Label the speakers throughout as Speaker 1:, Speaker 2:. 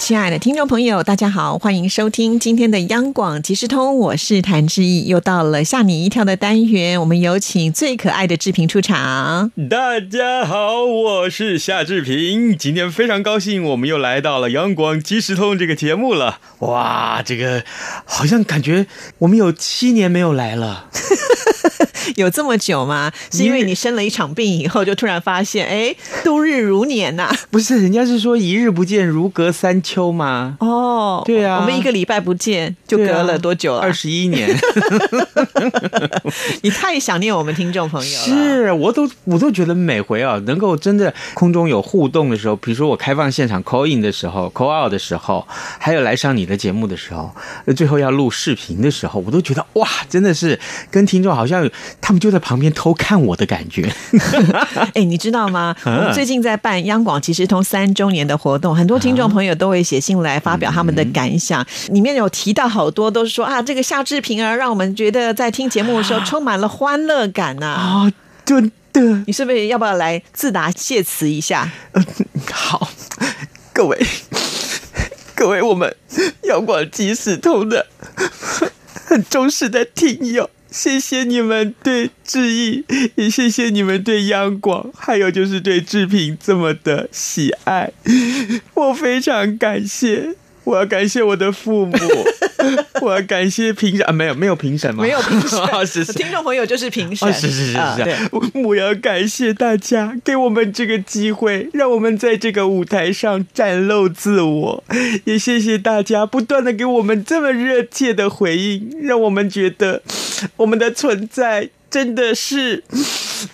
Speaker 1: 亲爱的听众朋友，大家好，欢迎收听今天的央广即时通，我是谭志毅，又到了吓你一跳的单元，我们有请最可爱的志平出场。
Speaker 2: 大家好，我是夏志平，今天非常高兴，我们又来到了《阳光即时通》这个节目了。哇，这个好像感觉我们有七年没有来了。
Speaker 1: 有这么久 吗？是因为你生了一场病以后，就突然发现，哎，度日如年呐、
Speaker 2: 不是，人家是说一日不见如隔三秋吗？
Speaker 1: 哦，
Speaker 2: 对啊
Speaker 1: 我们一个礼拜不见，就隔了多久了？
Speaker 2: 二十 一年。
Speaker 1: 你太想念我们听众朋友了。
Speaker 2: 是我都我都觉得每回啊，能够真的空中有互动的时候，比如说我开放现场 call in 的时候，call out 的时候，还有来上你的节目的时候，呃最后要录视频的时候，我都觉得哇，真的是跟听众好像他们就在旁边偷看我的感觉。
Speaker 1: 哎、你知道 吗？我
Speaker 2: 啊
Speaker 1: 们最近在办央广即时通三周年的活动，很多听众朋友都会写信来发表他们的感想，里面有提到好多都是说啊，这个夏志平啊，让我们觉得在听节目的 时候充满了欢乐感呐、
Speaker 2: 啊，真的
Speaker 1: 你是不是要不要来自答谢词一下？
Speaker 2: 好，各位， 各位，我们阳光即时通的 很忠实的听友，谢谢你们对志毅，也谢谢你们对央广，还有就是对志平这么的喜爱，我非常感谢。我要感谢我的父母， 我要感谢评审啊，没有没有评 审吗？
Speaker 1: 没有评审
Speaker 2: 哦是是
Speaker 1: 听众朋友就是评审，
Speaker 2: 哦，是是是是、
Speaker 1: 啊对。
Speaker 2: 我 我要感谢大家给我们这个机会，让我们在这个舞台上展露自我，也谢谢大家不断的给我们这么热切的回应，让我们觉得我们的存在真的是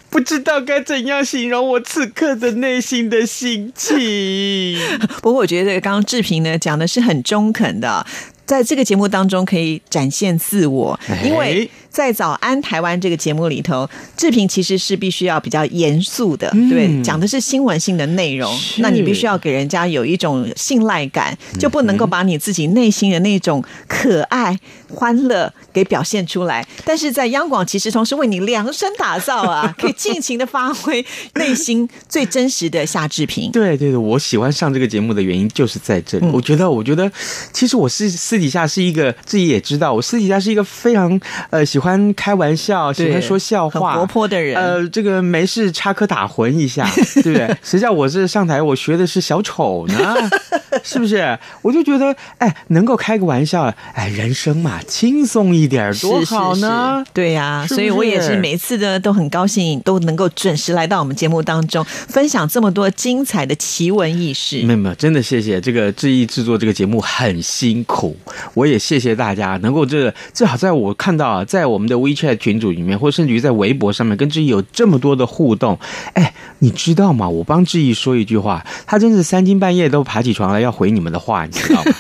Speaker 2: 不知道该怎样形容我此刻的内心的心 情。
Speaker 1: 不过我觉得刚刚志平呢讲的是很中肯的。在这个节目当中，可以展现自我，
Speaker 2: 哎
Speaker 1: 因为在《早安台湾》这个节目里头，志平其实是必须要比较严肃的，对，讲的是新闻性的内容，
Speaker 2: 嗯是嗯
Speaker 1: 那你必须要给人家有一种信赖感，就不能够把你自己内心的那种可爱、欢乐给表现出来。但是在央广，其实同时为你量身打造 啊，可以尽情的发挥内心最真实的夏志平。
Speaker 2: 对对对，我喜欢上这个节目的原因就是在这
Speaker 1: 嗯
Speaker 2: 里。我觉得，我觉得，其实我是私底下是一个自己也知道，我私底下是一个非常呃喜欢开玩笑、喜欢说笑话、
Speaker 1: 很活泼的人
Speaker 2: 呃，这个没事插科打诨一下，对不 对？谁叫我这上台我学的是小丑呢？是不是？我就觉得，哎，能够开个玩笑，哎，人生嘛，轻松一点儿多好呢。
Speaker 1: 是是是对呀、
Speaker 2: 是不
Speaker 1: 所
Speaker 2: 是
Speaker 1: 以我也是每一次呢都很高兴，都能够准时来到我们节目当中，分享这么多精彩的奇闻异事
Speaker 2: 没。有没有，真的谢谢这个志毅制作这个节目很辛苦，我也谢谢大家能够这至少在我看到啊，在我们的 WeChat 群组里面，或甚至于在微博上面跟志毅有这么多的互动。哎，你知道吗？我帮志毅说一句话，他真是三更半夜都爬起床来要回你们的话，你知道吗？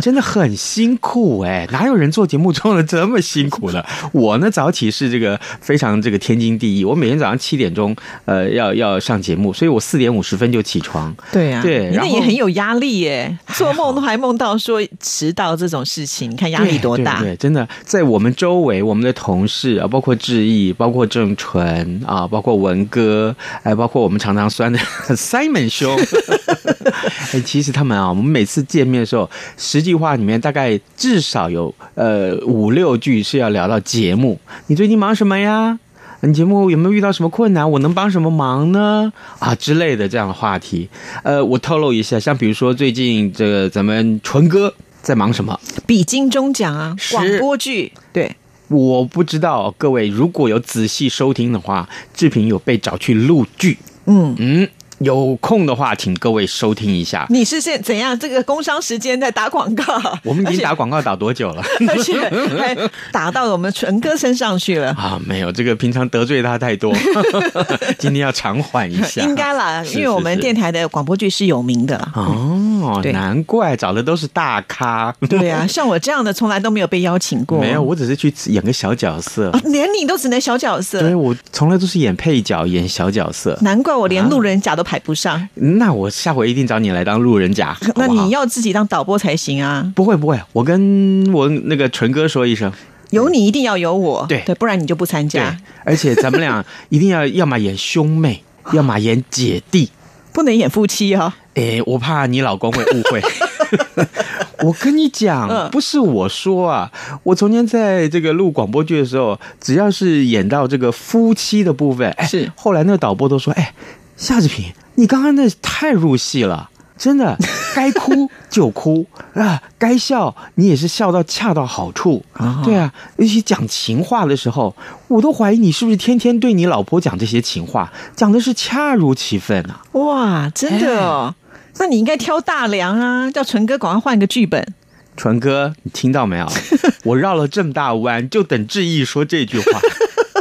Speaker 2: 真的很辛苦哎、哪有人做节目做的这么辛苦的？我呢早起是这个非常这个天经地义，我每天早上七点钟呃要要上节目，所以我四点五十分就起床。
Speaker 1: 对呀、
Speaker 2: 对
Speaker 1: 你那
Speaker 2: 然后
Speaker 1: 也很有压力耶，做梦都还梦到说迟到这种事情，你看压力多大
Speaker 2: 对？对对真的，在我们周围，我们的同事啊，包括志毅，包括郑纯啊，包括文哥，哎，包括我们常常酸的 Simon 兄。 哎，其实他们啊，我们每次见面的时候，十句话里面大概至少有呃五六句是要聊到节目。你最近忙什么呀？你节目有没有遇到什么困难？我能帮什么忙呢？啊之类的这样的话题。呃，我透露一下，像比如说最近这个咱们纯哥在忙什么？
Speaker 1: 比金钟奖啊，
Speaker 2: 是啊
Speaker 1: 广播剧，对，
Speaker 2: 我不知道各位如果有仔细收听的话，志平有被找去录剧，
Speaker 1: 嗯。
Speaker 2: 嗯，有空的话请各位收听一下。
Speaker 1: 你是现怎样？这个工商时间在打广告，
Speaker 2: 我们已经打广告打多久了？
Speaker 1: 而且还打到我们纯哥身上去了。
Speaker 2: 啊，没有，这个平常得罪他太多， 今天要偿还一下。
Speaker 1: 应该啦，
Speaker 2: 是啊
Speaker 1: 因为我们
Speaker 2: 是是
Speaker 1: 电台的广播剧是有名的。
Speaker 2: 哦，哦，
Speaker 1: 对
Speaker 2: 难怪找的都是大咖。
Speaker 1: 对啊，像我这样的从来都没有被邀请过，
Speaker 2: 没有，我只是去演个小角色。
Speaker 1: 啊，连你都只能小角
Speaker 2: 对，
Speaker 1: 色，
Speaker 2: 我从来都是演配角，演小角色。
Speaker 1: 难怪我连路人甲都排不上。
Speaker 2: 那我下回一定找你来当路人甲，好 不
Speaker 1: 那
Speaker 2: 啊好嗯
Speaker 1: 你要自己当导播才行啊，
Speaker 2: 不会不会，我跟我那个纯哥说一声。
Speaker 1: 有你一定要有我，
Speaker 2: 对
Speaker 1: 不然你就不参
Speaker 2: 对
Speaker 1: 加，，
Speaker 2: 而且咱们俩一定要要么演兄妹，要么演姐弟。
Speaker 1: 不能演夫妻哦。
Speaker 2: 诶，我怕你老公会误会。 我跟你讲
Speaker 1: 嗯，
Speaker 2: 不是我说啊，我从前在这个录广播剧的时候，只要是演到这个夫妻的部分，哎，
Speaker 1: 是
Speaker 2: 后来那个导播都说，哎，夏志平，你刚刚那太入戏了。真的，该哭就哭啊，该笑你也是笑到恰到好处。对啊，尤其讲情话的时候，我都怀疑你是不是天天对你老婆讲这些情话，讲的是恰如其分啊。
Speaker 1: 哇，真的哦。
Speaker 2: 哎
Speaker 1: 那你应该挑大梁啊，叫纯哥赶快换个剧本。
Speaker 2: 纯哥，你听 到没有？我绕了这么大弯，就等志毅说这 句话。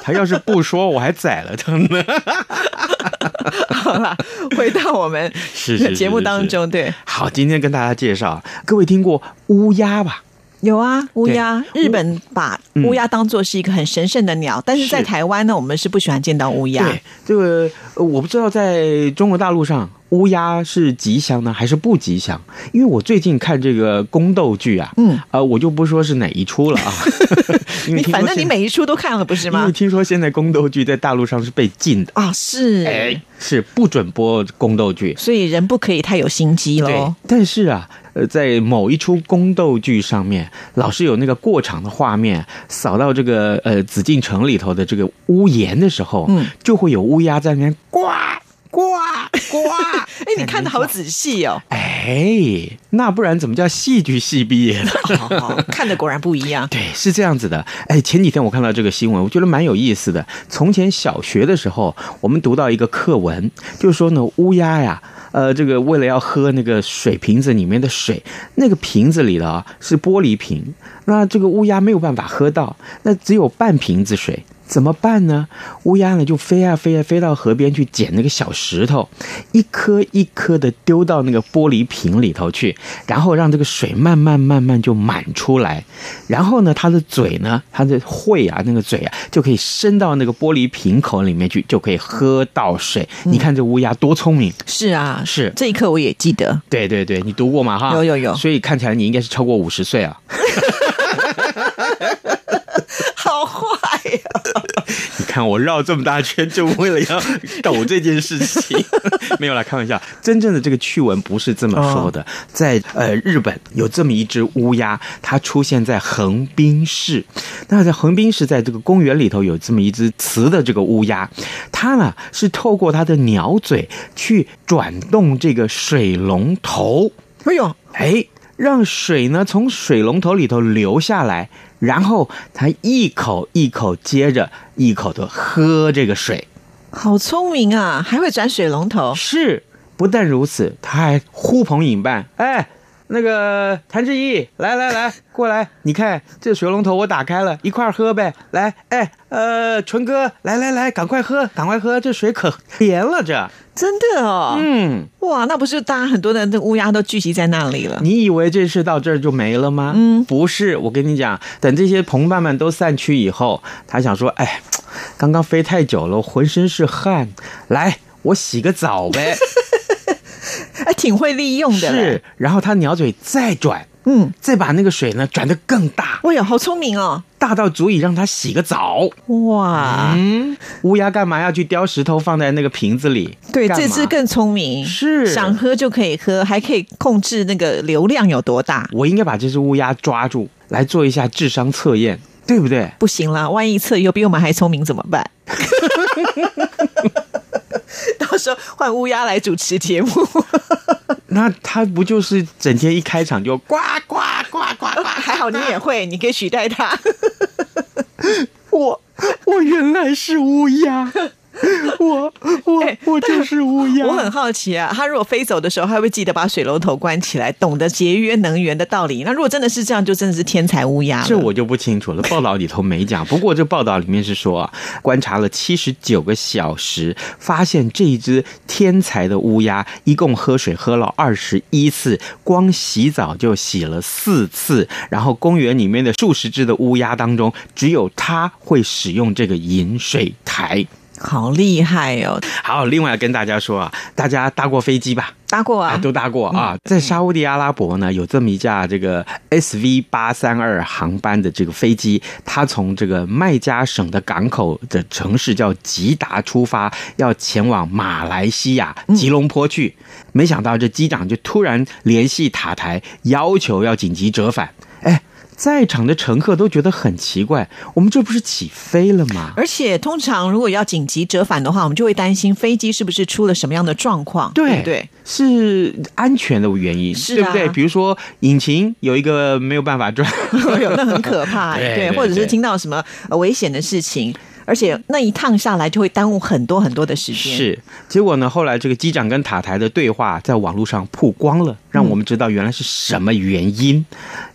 Speaker 2: 他要是不说，我还宰了他呢。
Speaker 1: 好 啦，回到我们
Speaker 2: 是是是
Speaker 1: 节目当中，对，
Speaker 2: 好，今天跟大家介绍，啊各位听过乌鸦吧？
Speaker 1: 有啊，乌
Speaker 2: 对
Speaker 1: 鸦，日本把
Speaker 2: 嗯
Speaker 1: 乌鸦当做是一个很神圣的鸟，但是在
Speaker 2: 是
Speaker 1: 台湾呢，我们是不喜欢见到乌鸦。
Speaker 2: 对，这个呃我不知道在中国大陆上，乌鸦是吉祥呢还是不吉祥？因为我最近看这个宫斗剧啊，
Speaker 1: 嗯，
Speaker 2: 呃，我就不说是哪一出 了啊，因为
Speaker 1: 你
Speaker 2: 听说
Speaker 1: 反正你
Speaker 2: 现在
Speaker 1: 每一出都看了，不是
Speaker 2: 因
Speaker 1: 吗
Speaker 2: 为？听说现在宫斗剧在大陆上是被禁的，
Speaker 1: 啊，是，
Speaker 2: 哎，是不准播宫斗剧。
Speaker 1: 所以人不可以太有心机
Speaker 2: 对
Speaker 1: 喽。，
Speaker 2: 但是啊，呃，在某一出宫斗剧上面，老是有那个过场的画面，扫到这个呃紫禁城里头的这个屋檐的时候，
Speaker 1: 嗯，
Speaker 2: 就会有乌鸦在那边呱呱呱。
Speaker 1: 哎，你看的好仔细哦，
Speaker 2: 哎，那不然怎么叫戏剧系毕业的？
Speaker 1: 哦看的果然不一样。
Speaker 2: 对，是这样子的。哎，前几天我看到这个新闻，我觉得蛮有意思的。从前小学的时候，我们读到一个课文，就是说呢，乌鸦呀，呃，这个为了要喝那个水瓶子里面的水，那个瓶子里的啊是玻璃瓶，那这个乌鸦没有办法喝到，那只有半瓶子水。怎么办呢？乌鸦呢就飞啊飞啊飞到河边去捡那个小石头，一颗一颗的丢到那个玻璃瓶里头去，然后让这个水慢慢慢慢就满出来。然后呢，它的嘴呢，它的喙啊，那个嘴啊，就可以伸到那个玻璃瓶口里面去，就可以喝到水。你看这乌鸦多聪明！
Speaker 1: 是啊，
Speaker 2: 是
Speaker 1: 这一刻我也记 得。
Speaker 2: 对对对，你读过吗？哈，
Speaker 1: 有有有
Speaker 2: 所以看起来你应该是超过五十岁啊。
Speaker 1: 好坏呀、
Speaker 2: 哦你看我绕这么大圈，就为 了要抖这件事 情，没有啦，开玩笑。真正的这个趣闻不是这么说的，在呃日本有这么一只乌鸦，它出现在横滨市。那在横滨市，在这个公园里头有这么一只雌的这个乌鸦，它呢是透过它的鸟嘴去转动这个水龙头。
Speaker 1: 哎呦，
Speaker 2: 哎，让水呢从水龙头里头流下来，然后他一口一口接着一口的喝这个水。
Speaker 1: 好聪明啊，还会转水龙头。
Speaker 2: 是，不但如此，他还呼朋引伴，哎。那个谭志毅，来来来，过来，你看这水龙头我打开了，一块儿喝呗。来，哎，呃，纯哥，来来来，赶快喝，赶快喝，这水可 甜了这。
Speaker 1: 真的哦，
Speaker 2: 嗯，
Speaker 1: 哇，那不是大家很多的那乌鸦都聚集在那里了？
Speaker 2: 你以为这事到这儿就没了吗？
Speaker 1: 嗯
Speaker 2: 不是，我跟你讲，等这些同伴们都散去以后，他想说，哎，刚刚飞太久了，浑身是汗，来，我洗个 澡呗。
Speaker 1: 哎，挺会利用的嘞。
Speaker 2: 是，然后他鸟嘴再转，
Speaker 1: 嗯，
Speaker 2: 再把那个水呢转得更大，
Speaker 1: 哎呦，好聪明哦！
Speaker 2: 大到足以让他洗个澡。
Speaker 1: 哇，
Speaker 2: 嗯，乌鸦干嘛要去叼石头放在那个瓶子里？
Speaker 1: 对，
Speaker 2: 干嘛
Speaker 1: 这只更聪明，
Speaker 2: 是
Speaker 1: 想喝就可以喝，还可以控制那个流量有多大。
Speaker 2: 我应该把这只乌鸦抓住来做一下智商测验，对不对？
Speaker 1: 不行啦，万一测又比我们还聪明怎么办？ 到时候换乌鸦来主持节 目，
Speaker 2: 那他不就是整天一开场就呱呱呱呱呱？
Speaker 1: 还好你也会，你可以取代它。
Speaker 2: 我我原来是乌鸦，我我
Speaker 1: 哎
Speaker 2: 我就是乌鸦。
Speaker 1: 我很好奇啊，他如果飞走的时候，他会不会记得把水龙头关起来，懂得节约能源的道理。那如果真的是这样，就真的是天才乌鸦了。
Speaker 2: 这我就不清楚了，报道里头没讲。不过这报道里面是说啊，观察了七十九个小时，发现这一只天才的乌鸦一共喝水喝了二十一次，光洗澡就洗了四次。然后公园里面的数十只的乌鸦当中，只有它会使用这个饮水台。
Speaker 1: 好厉害哦！
Speaker 2: 好，另外跟大家说啊，大家搭过飞机吧？
Speaker 1: 搭过
Speaker 2: 啊，
Speaker 1: 啊，
Speaker 2: 都搭过啊。在沙烏地阿拉伯呢，有这么一架这个 SV 八三二航班的这个飞机，它从这个麦加省的港口的城市叫吉达出发，要前往马来西亚吉隆坡去。没想到这机长就突然联系塔台，要求要紧急折返。哎。在场的乘客都觉得很奇怪，我们这不是起飞了吗？
Speaker 1: 而且通常如果要紧急折返的话，我们就会担心飞机是不是出了什么样的状况，对
Speaker 2: 对
Speaker 1: 不对？
Speaker 2: 是安全的原因，
Speaker 1: 是啊
Speaker 2: 对不对？比如说引擎有一个没有办法转，
Speaker 1: 那很可怕，
Speaker 2: 对对
Speaker 1: 或者是
Speaker 2: 对
Speaker 1: 听到什么呃危险的事情，而且那一趟下来就会耽误很多很多的时间。，
Speaker 2: 是，结果呢，后来这个机长跟塔台的对话在网络上曝光了，让我们知道原来是什么原因。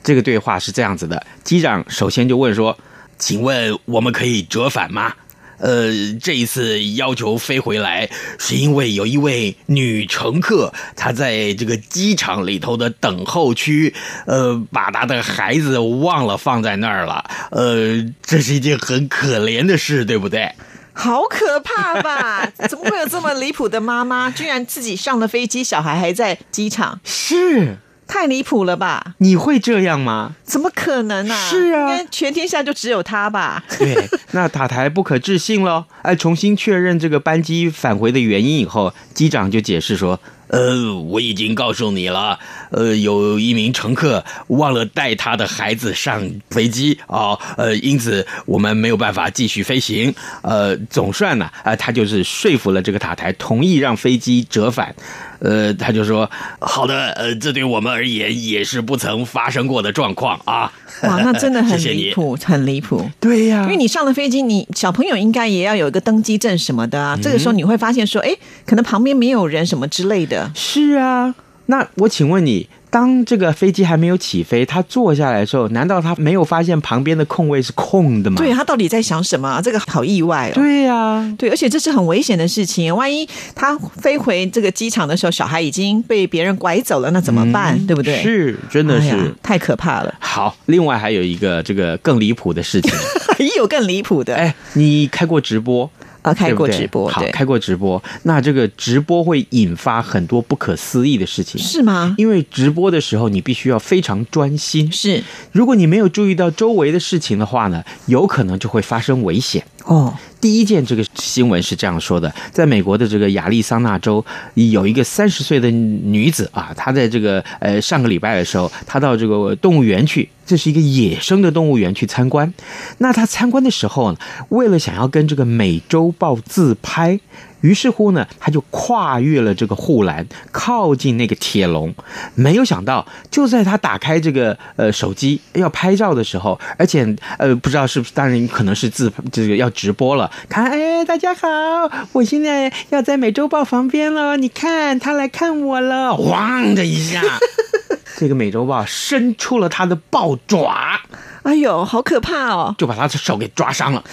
Speaker 2: 这个对话是这样子的：机长首先就问说：“请问我们可以折返吗？”呃，这一次要求飞回来，是因为有一位女乘客，她在这个机场里头的等候区，呃，把她的孩子忘了放在那儿了。呃，这是一件很可怜的事，对不对？
Speaker 1: 好可怕吧？ 怎么会有这么离谱的妈妈，居然自己上了飞机，小孩还在机场，
Speaker 2: 是，
Speaker 1: 太离谱了吧？
Speaker 2: 你会这样吗？
Speaker 1: 怎么可能啊？
Speaker 2: 是啊
Speaker 1: 应该全天下就只有他 吧？
Speaker 2: 对，那塔台不可置信喽。哎，重新确认这个班机返回的原因以后，机长就解释说：“呃，我已经告诉你了，呃，有一名乘客忘了带他的孩子上飞机啊、呃，因此我们没有办法继续飞行。呃，总算呢，啊、他就是说服了这个塔台，同意让飞机折返。”呃，他就说：“好的，呃，这对我们而言也是不曾发生过的状况啊。
Speaker 1: 哇，那真的很
Speaker 2: 谢谢你
Speaker 1: 离谱，很离谱。”
Speaker 2: 对呀
Speaker 1: 因为你上了飞机，你小朋友应该也要有一个登机证什么的
Speaker 2: 嗯
Speaker 1: 啊。这个时候你会发现说，哎，可能旁边没有人什么之类的。
Speaker 2: 是啊，那我请问你，当这个飞机还没有起飞，他坐下来的时候，难道他没有发现旁边的空位是空的吗？
Speaker 1: 对他到底在想什么啊、这个好意外哦。
Speaker 2: 对呀、
Speaker 1: 对，而且这是很危险的事情，万一他飞回这个机场的时候，小孩已经被别人拐走了，那怎么办？对不对？
Speaker 2: 嗯是，真的
Speaker 1: 哎
Speaker 2: 是。
Speaker 1: 呀太可怕了。
Speaker 2: 好，另外还有一个这个更离谱的事 情，
Speaker 1: 也有更离谱的，
Speaker 2: 哎，你开过直播？
Speaker 1: 啊，开过
Speaker 2: 对不对
Speaker 1: 直播，
Speaker 2: 好
Speaker 1: 对，，
Speaker 2: 开过直播。那这个直播会引发很多不可思议的事情，
Speaker 1: 是吗？
Speaker 2: 因为直播的时候你必须要非常专心，
Speaker 1: 是
Speaker 2: 如果你没有注意到周围的事情的话呢，有可能就会发生危险。
Speaker 1: 哦，
Speaker 2: 第一件这个新闻是这样说的：在美国的这个亚利桑那州，有一个三十岁的女子啊，她在这个呃上个礼拜的时候，她到这个动物园去，这是一个野生的动物园去参观。那她参观的时候呢，为了想要跟这个美洲豹自拍。于是乎呢，她就跨越了这个护栏，靠近那个铁笼。没有想到，就在她打开这个呃手机要拍照的时候，而且呃不知道是不是，当然可能是自这个要直播了。看，哎，大家好，我现在要在美洲豹旁边了， 你看它来看我了，汪的一下，这个美洲豹伸出了它的豹爪，
Speaker 1: 哎呦，好可怕哦！
Speaker 2: 就把它的手给抓伤了。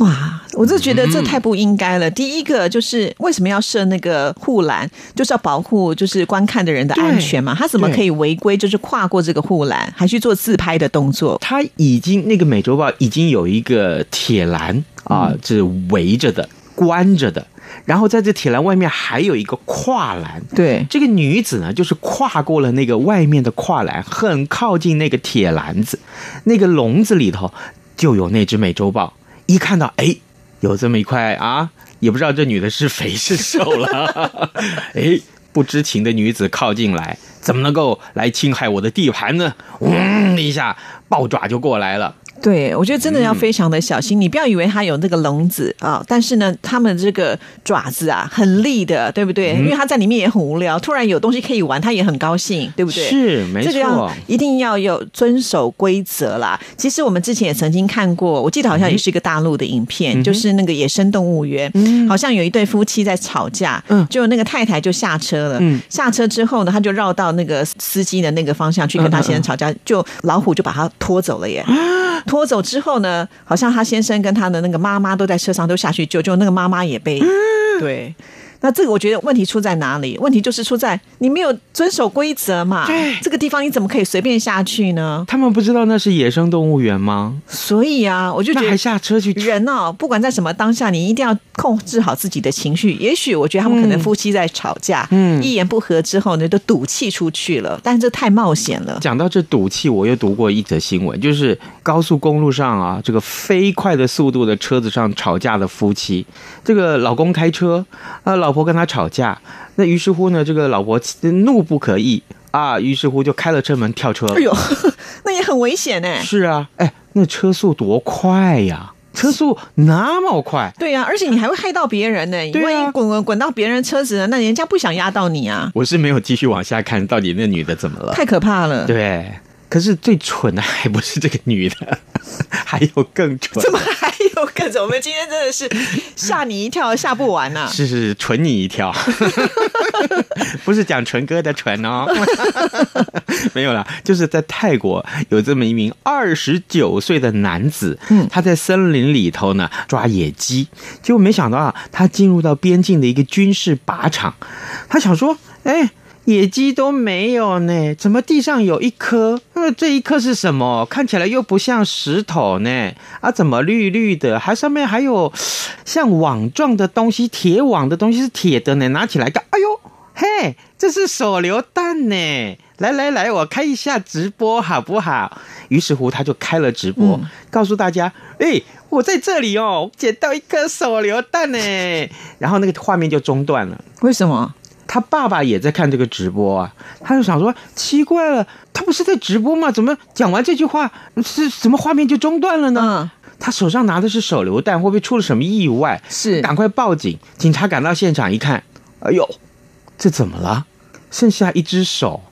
Speaker 1: 哇，我就觉得
Speaker 2: 嗯
Speaker 1: 这太不应该了。第一个就是为什么要设那个护栏，就是要保护就是观看的人的安全嘛？他怎么可以违规，就是跨过这个护栏，还去做自拍的动作？
Speaker 2: 它已经那个美洲豹已经有一个铁栏啊，这、围着的、关着的，然后在这铁栏外面还有一个跨栏。
Speaker 1: 对，
Speaker 2: 这个女子呢，就是跨过了那个外面的跨栏，很靠近那个铁篮子，那个笼子里头就有那只美洲豹。一看到，哎，有这么一块啊，也不知道这女的是肥是瘦了， 哎，不知情的女子靠近来，怎么能够来侵害我的地盘呢？嗡、一下，豹爪就过来了。
Speaker 1: 对，我觉得真的要非常的小心，你不要以为它有那个笼子啊、但是呢，它们这个爪子啊很利的，对不对？因为它在里面也很无聊，突然有东西可以玩，它也很高兴，对不对？
Speaker 2: 是没
Speaker 1: 这个要
Speaker 2: 错，
Speaker 1: 一定要有遵守规则啦。其实我们之前也曾经看过，我记得好像也是一个大陆的影
Speaker 2: 嗯
Speaker 1: 片，就是那个野生动物园，好像有一对夫妻在吵架，
Speaker 2: 嗯
Speaker 1: 就那个太太就下车了，
Speaker 2: 嗯
Speaker 1: 下车之后呢，他就绕到那个司机的那个方向去跟他先生吵
Speaker 2: 嗯
Speaker 1: 架，就老虎就把他拖走了耶。
Speaker 2: 啊
Speaker 1: 拖走之后呢，好像他先生跟他的那个妈妈都在车上都下去救，就那个妈妈也被、
Speaker 2: 啊
Speaker 1: 对。那这个我觉得问题出在哪里？问题就是出在你没有遵守规则嘛。
Speaker 2: 对
Speaker 1: 这个地方你怎么可以随便下去呢？
Speaker 2: 他们不知道那是野生动物园吗？
Speaker 1: 所以啊，我就觉
Speaker 2: 那
Speaker 1: 得
Speaker 2: 还下车去
Speaker 1: 人哦，不管在什么当下，你一定要控制好自己的情绪。也许我觉得他们可能夫妻在吵架，
Speaker 2: 嗯
Speaker 1: 一言不合之后呢，就赌气出去了，但是这太冒险了。
Speaker 2: 讲到这赌气，我又读过一则新闻，就是高速公路上啊，这个飞快的速度的车子上吵架的夫妻，这个老公开车，啊，老婆跟他吵架，那于是乎呢，这个老婆气怒不可遏啊，于是乎就开了车门跳车了
Speaker 1: 哎。呦， 那也很危险哎。
Speaker 2: 是啊，哎，那车速多快呀、车速那么快，
Speaker 1: 对呀、啊而且你还会害到别人呢、你
Speaker 2: 对啊
Speaker 1: 万一滚滚滚到别人车子了，那人家不想压到你啊，
Speaker 2: 我是没有继续往下看到底那女的怎么了。
Speaker 1: 太可怕了。
Speaker 2: 对，可是最蠢的还不是这个女的，还有更蠢。
Speaker 1: 怎么还有各种？我们今天真的是吓你一跳，吓不完呐、啊
Speaker 2: 是是是，蠢你一跳， 不是讲纯哥的蠢哦， 没有啦，就是在泰国有这么一名二十九岁的男子，他在森林里头呢抓野鸡，结果没想到啊，他进入到边境的一个军事靶场，他想说，哎。野鸡都没有呢，怎么地上有一颗？那这一颗是什么？看起来又不像石头呢，啊，怎么绿绿的？还上面还有像网状的东西，铁网的东西是铁的呢，拿起来看，哎呦，嘿，这是手榴弹呢！来来来，我开一下直播好不好？于是乎，他就开了直播，告诉大家，哎、我在这里哦，捡到一颗手榴弹呢。 然后那个画面就中断了。
Speaker 1: 为什么？
Speaker 2: 他爸爸也在看这个直播啊，他就想说奇怪了，他不是在直播吗？怎么讲完这句话是什么画面就中断了呢？
Speaker 1: 嗯，
Speaker 2: 他手上拿的是手榴弹，会不会出了什么意外？
Speaker 1: 是
Speaker 2: 赶快报警！警察赶到现场一看，哎呦，这怎么了？剩下一 只手，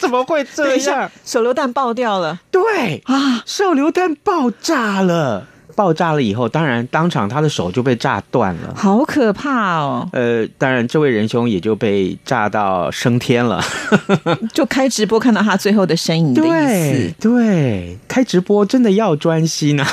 Speaker 2: 怎么会
Speaker 1: 等
Speaker 2: 这
Speaker 1: 一下
Speaker 2: 样？，
Speaker 1: 手榴弹爆掉了
Speaker 2: 对，
Speaker 1: 啊！
Speaker 2: 手榴弹爆炸了，爆炸了以后，当然当场他的手就被炸断了。
Speaker 1: 好可怕哦！
Speaker 2: 呃，当然，这位仁兄也就被炸到升 天了。
Speaker 1: 就开直播看到他最后的身影的意
Speaker 2: 对
Speaker 1: 思，
Speaker 2: 对，开直播真的要专心啊！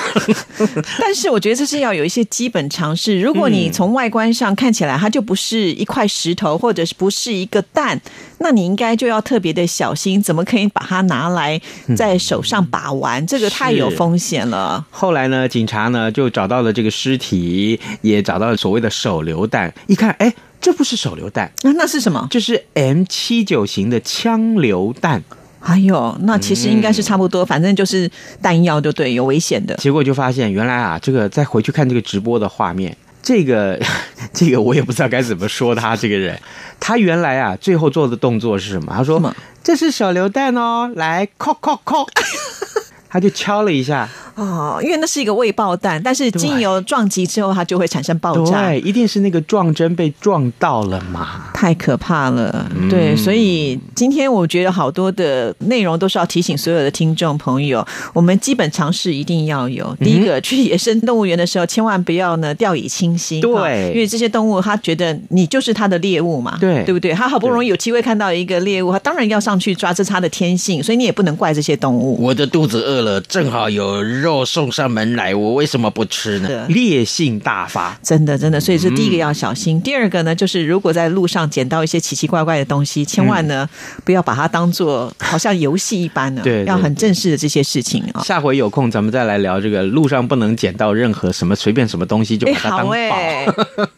Speaker 1: 但是我觉得这是要有一些基本常识。如果你从外观上看起来，它就不是一块石头，或者是不是一个蛋，那你应该就要特别的小心，怎么可以把它拿来在手上把玩？这个太有风险了。
Speaker 2: 后来呢，警察呢就找到了这个尸体，也找到了所谓的手榴弹。一看，哎，这不是手榴弹，
Speaker 1: 那、啊那是什么？
Speaker 2: 这是 M 七九型的枪榴弹。
Speaker 1: 哎呦，那其实应该是差不多，反正就是弹药，就对，有危险的。
Speaker 2: 结果就发现，原来啊，这个再回去看这个直播的画面，这个 这个我也不知道该怎么说他这个人。他原来啊，最后做的动作是什么？他说
Speaker 1: 什么：“
Speaker 2: 这是手榴弹哦，来，扣扣扣。” 他就敲了一下，
Speaker 1: 哦，因为那是一个未爆弹，但是经由撞击之后，它就会产生爆炸。
Speaker 2: 对，一定是那个撞针被撞到了嘛。
Speaker 1: 太可怕了，对，所以今天我觉得好多的内容都是要提醒所有的听众朋友，我们基本常识一定要有。第一个，去野生动物园的时候，千万不要呢掉以轻心，
Speaker 2: 对
Speaker 1: 哈因为这些动物它觉得你就是它的猎物嘛，
Speaker 2: 对
Speaker 1: 对不对？它好不容易有机会看到一个猎物，它当然要上去抓，这是它的天性，所以你也不能怪这些动物。
Speaker 3: 我的肚子饿了，正好有肉送上门来，我为什么不吃呢？
Speaker 1: 的。
Speaker 2: 烈性大发，
Speaker 1: 真的，真的，所以这第一个要小心。第二个呢，就是如果在路上捡到一些奇奇怪怪的东西，千万呢、不要把它当做好像游戏一般呢，
Speaker 2: 对对
Speaker 1: 要很正式的这些事情啊、
Speaker 2: 下回有空咱们再来聊这个路上不能捡到任何什么随便什么东西就
Speaker 1: 哎、
Speaker 2: 把它当
Speaker 1: 好
Speaker 2: 宝。
Speaker 1: 哎、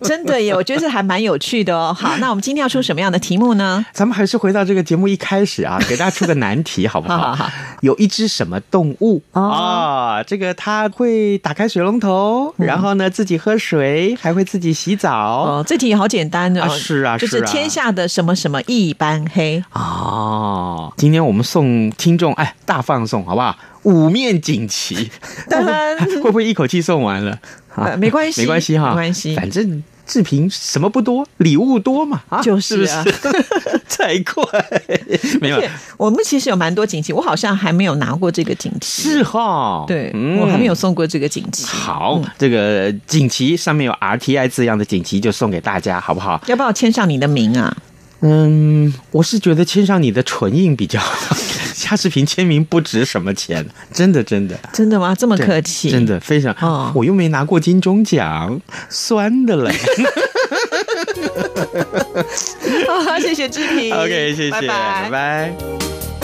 Speaker 1: 真的耶，我觉得这还蛮有趣的哦。好，那我们今天要出什么样的题目呢？
Speaker 4: 咱们还是回到这个节目一开始啊，给大家出个难题好不好？
Speaker 1: 好好 好
Speaker 4: 有一只什么动物啊、
Speaker 1: 哦
Speaker 2: 哦
Speaker 4: 这个它会打开水龙头，然后呢自己喝水，还会自己洗澡。
Speaker 1: 嗯哦，这题好简单
Speaker 4: 啊
Speaker 1: 哦，
Speaker 4: 是啊
Speaker 1: 就是是
Speaker 4: 啊
Speaker 1: 天下的什么什么一般黑，
Speaker 4: 哦，今天我们送听众哎大放送好不好？五面锦旗，
Speaker 1: 当然
Speaker 4: 会不会一口气送完了？啊
Speaker 1: 呃没关系
Speaker 4: 没关系哈，
Speaker 1: 没关系
Speaker 4: 反正志平什么不多，礼物多嘛，啊，
Speaker 1: 就是啊
Speaker 4: 是不是？才怪，没有
Speaker 1: 而且我们其实有蛮多锦旗，我好像还没有拿过这个锦旗，
Speaker 4: 是哈，
Speaker 1: 对、
Speaker 4: 嗯
Speaker 1: 我还没有送过这个锦旗。嗯
Speaker 4: 好，这个锦旗上面有 RTI 字样的锦旗就送给大家，好不好？
Speaker 1: 要不要签上你的名啊？
Speaker 4: 嗯，我是觉得签上你的唇印 比较好。夏志平签名不值什么钱，真的真的。
Speaker 1: 真的吗？这么
Speaker 4: 对
Speaker 1: 客气，
Speaker 4: 真的非常、
Speaker 1: 哦
Speaker 4: 我又没拿过金钟奖，酸的 嘞。
Speaker 1: 好。谢谢志平
Speaker 4: OK，谢谢，
Speaker 1: 拜拜
Speaker 4: 拜。